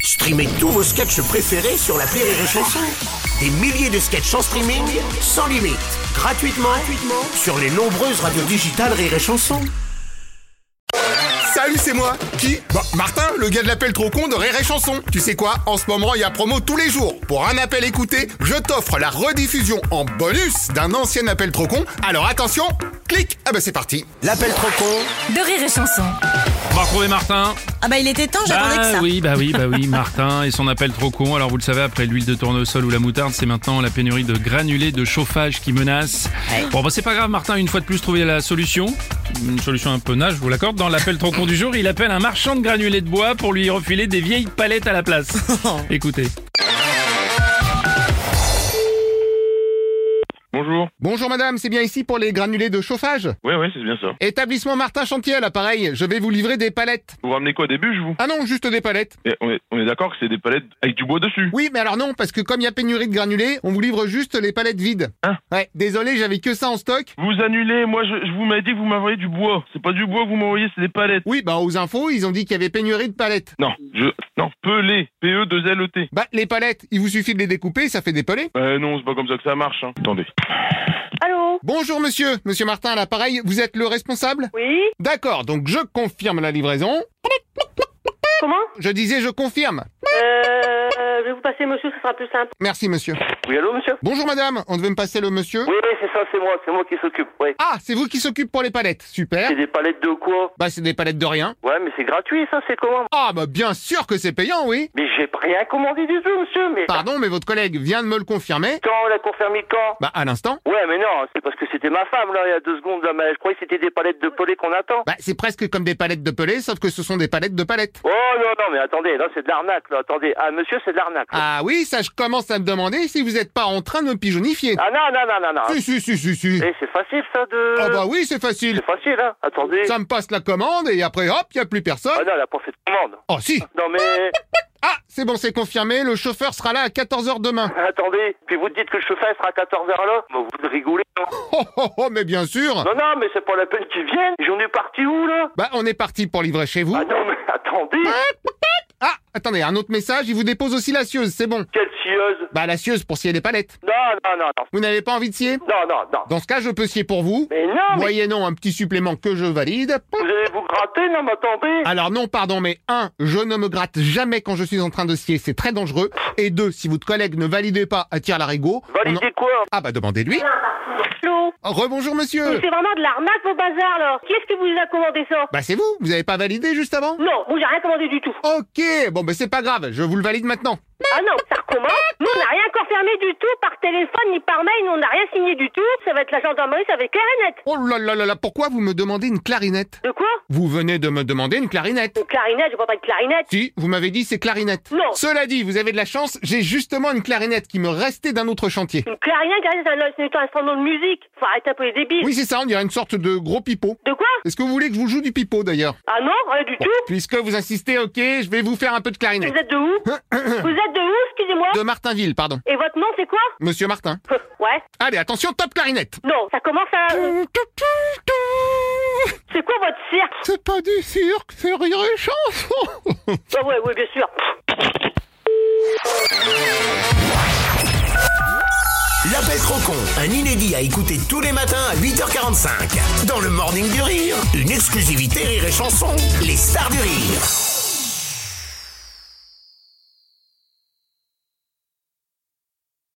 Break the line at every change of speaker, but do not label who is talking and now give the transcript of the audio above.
Streamez tous vos sketchs préférés sur la Rire et Chanson. Des milliers de sketchs en streaming, sans limite, gratuitement, gratuitement sur les nombreuses radios digitales Rire et Chanson.
Salut, c'est moi. Qui Bah, Martin, le gars de l'appel trop con de Rire et Chanson. Tu sais quoi En ce moment, il y a promo tous les jours. Pour un appel écouté, je t'offre la rediffusion en bonus d'un ancien appel trop con. Alors attention, clique. Ah bah c'est parti.
L'appel trop con
de rire et chanson.
On va retrouver Martin.
Ah bah il était temps, j'attendais que
Bah
ça.
oui, bah oui, bah oui, Martin et son appel trop con. Alors vous le savez, après l'huile de tournesol ou la moutarde, c'est maintenant la pénurie de granulés de chauffage qui menace. Bon bah c'est pas grave, Martin, une fois de plus trouvé la solution. Une solution un peu nage, je vous l'accorde. Dans l'appel trop con du jour, il appelle un marchand de granulés de bois pour lui refiler des vieilles palettes à la place. Écoutez.
Bonjour.
Bonjour madame, c'est bien ici pour les granulés de chauffage
Ouais, ouais, c'est bien ça.
Établissement Martin Chantier à l'appareil, je vais vous livrer des palettes.
Vous ramenez quoi des bûches, vous
Ah non, juste des palettes.
Eh, On est, on est d'accord que c'est des palettes avec du bois dessus.
Oui, mais alors non, parce que comme il y a pénurie de granulés, on vous livre juste les palettes vides.
Hein
Ouais, désolé, j'avais que ça en stock.
Vous annulez, moi je, je vous m'avais dit que vous m'envoyez du bois. C'est pas du bois que vous m'envoyez, c'est des palettes.
Oui, bah aux infos, ils ont dit qu'il y avait pénurie de palettes.
Non, je. Non, E pelé. P-E-2-L-E-T.
Bah les palettes, il vous suffit de les découper, ça fait des pelés.
Euh, non, c'est pas comme ça que ça marche, hein. Attendez.
Allô
Bonjour monsieur, monsieur Martin à l'appareil, vous êtes le responsable
Oui
D'accord, donc je confirme la livraison.
Comment
Je disais je confirme.
euh, Je vais vous passer monsieur, ça sera plus simple.
Merci monsieur.
Oui, allô, monsieur
Bonjour madame, on devait me passer le monsieur.
Oui, oui, c'est ça, c'est moi, c'est moi qui s'occupe. Ouais.
Ah, c'est vous qui s'occupe pour les palettes, super.
C'est des palettes de quoi
Bah c'est des palettes de rien.
Ouais, mais c'est gratuit, ça, c'est comment
Ah bah bien sûr que c'est payant, oui.
Mais j'ai rien commandé du tout, monsieur, mais...
Pardon, mais votre collègue vient de me le confirmer.
Quand on l'a confirmé quand
Bah à l'instant.
Ouais, mais non, c'est parce que c'était ma femme, là, il y a deux secondes, là, mais je croyais que c'était des palettes de polé qu'on attend.
Bah c'est presque comme des palettes de pelés, sauf que ce sont des palettes de palettes.
Oh, non, non, mais attendez, là, c'est de l'arnaque, là, attendez. Ah, monsieur, c'est de l'arnaque. là.
Ah oui, ça je commence à me demander si vous êtes pas en train de me pigeonifier.
Ah, non, non, non, non, non.
Si, si, si, si, si.
Eh, c'est facile, ça, de...
Ah bah oui, c'est facile.
C'est facile, hein, attendez.
Ça me passe la commande et après hop, y a plus
Ah
personne.
non, elle a pas fait de commande.
Oh si.
Non, mais...
Ah, c'est bon, c'est confirmé, le chauffeur sera là à 14h demain.
attendez, puis vous dites que le chauffeur il sera à 14h là Mais Bah, vous rigolez, hein. non
Oh oh oh, mais bien sûr.
Non, non, mais c'est pas la peine qu'ils viennent. J'en ai parti où, là
Bah on est parti pour livrer chez vous.
Ah non, mais attendez
Ah, attendez, un autre message, il vous dépose aussi la scieuse, c'est bon.
Quelle scieuse
Bah la scieuse pour scier les palettes.
Non, non, non, non.
Vous n'avez pas envie de scier
Non, non, non.
Dans ce cas, je peux scier pour vous.
Mais non, mais
Moyennant un petit supplément que je valide.
vous allez vous gratter, non, mais attendez
Alors non, pardon, mais un, Je ne me gratte jamais quand je suis en train de scier, c'est très dangereux. Et deux, Si votre collègue ne validez pas à tir l'arigot... on en-
Validez quoi
Ah bah demandez-lui.
Allô
Rebonjour
Euh.
Mais
monsieur.
C'est vraiment de l'arnaque, vos bazars, là Qui est-ce qui vous a commandé ça
Bah c'est vous, vous avez pas validé juste avant
Non, moi j'ai rien commandé du tout.
Ok, bon bah c'est pas grave, je vous le valide maintenant.
Ah non, ça recommence Nous, on n'a rien confirmé du tout, par téléphone ni par mail, nous, on n'a rien signé du tout. Ça va être la gendarmerie, ça va être clair et net.
Oh là là là là, pourquoi vous me demandez une clarinette
De quoi
Vous venez de me demander une clarinette.
Une clarinette, je vois pas de clarinette.
Si, vous m'avez dit c'est clarinette.
Non.
Cela dit, vous avez de la chance, j'ai justement une clarinette qui me restait d'un autre chantier.
Une clarinette, clarinette, c'est un- c'est un instrument de musique. Faut arrêter un peu les débiles.
Oui, c'est ça, on dirait une sorte de gros pipeau.
De quoi
Est-ce que vous voulez que je vous joue du pipeau d'ailleurs
Ah non, rien du tout.
Puisque vous insistez, ok, je vais vous faire un peu de clarinette.
Vous êtes de où Vous êtes de où, excusez-moi
De Martinville, pardon.
Et votre nom, c'est quoi
Monsieur Martin.
Ouais.
Allez, attention, top clarinette
Non, ça commence à... Euh, C'est quoi votre cirque
C'est pas du cirque, c'est rire et chanson
Ah ouais, ouais, bien sûr.
L'appel trop con, un inédit à écouter tous les matins à 8h45. Dans le morning du rire, une exclusivité Rire et Chanson, les stars du rire.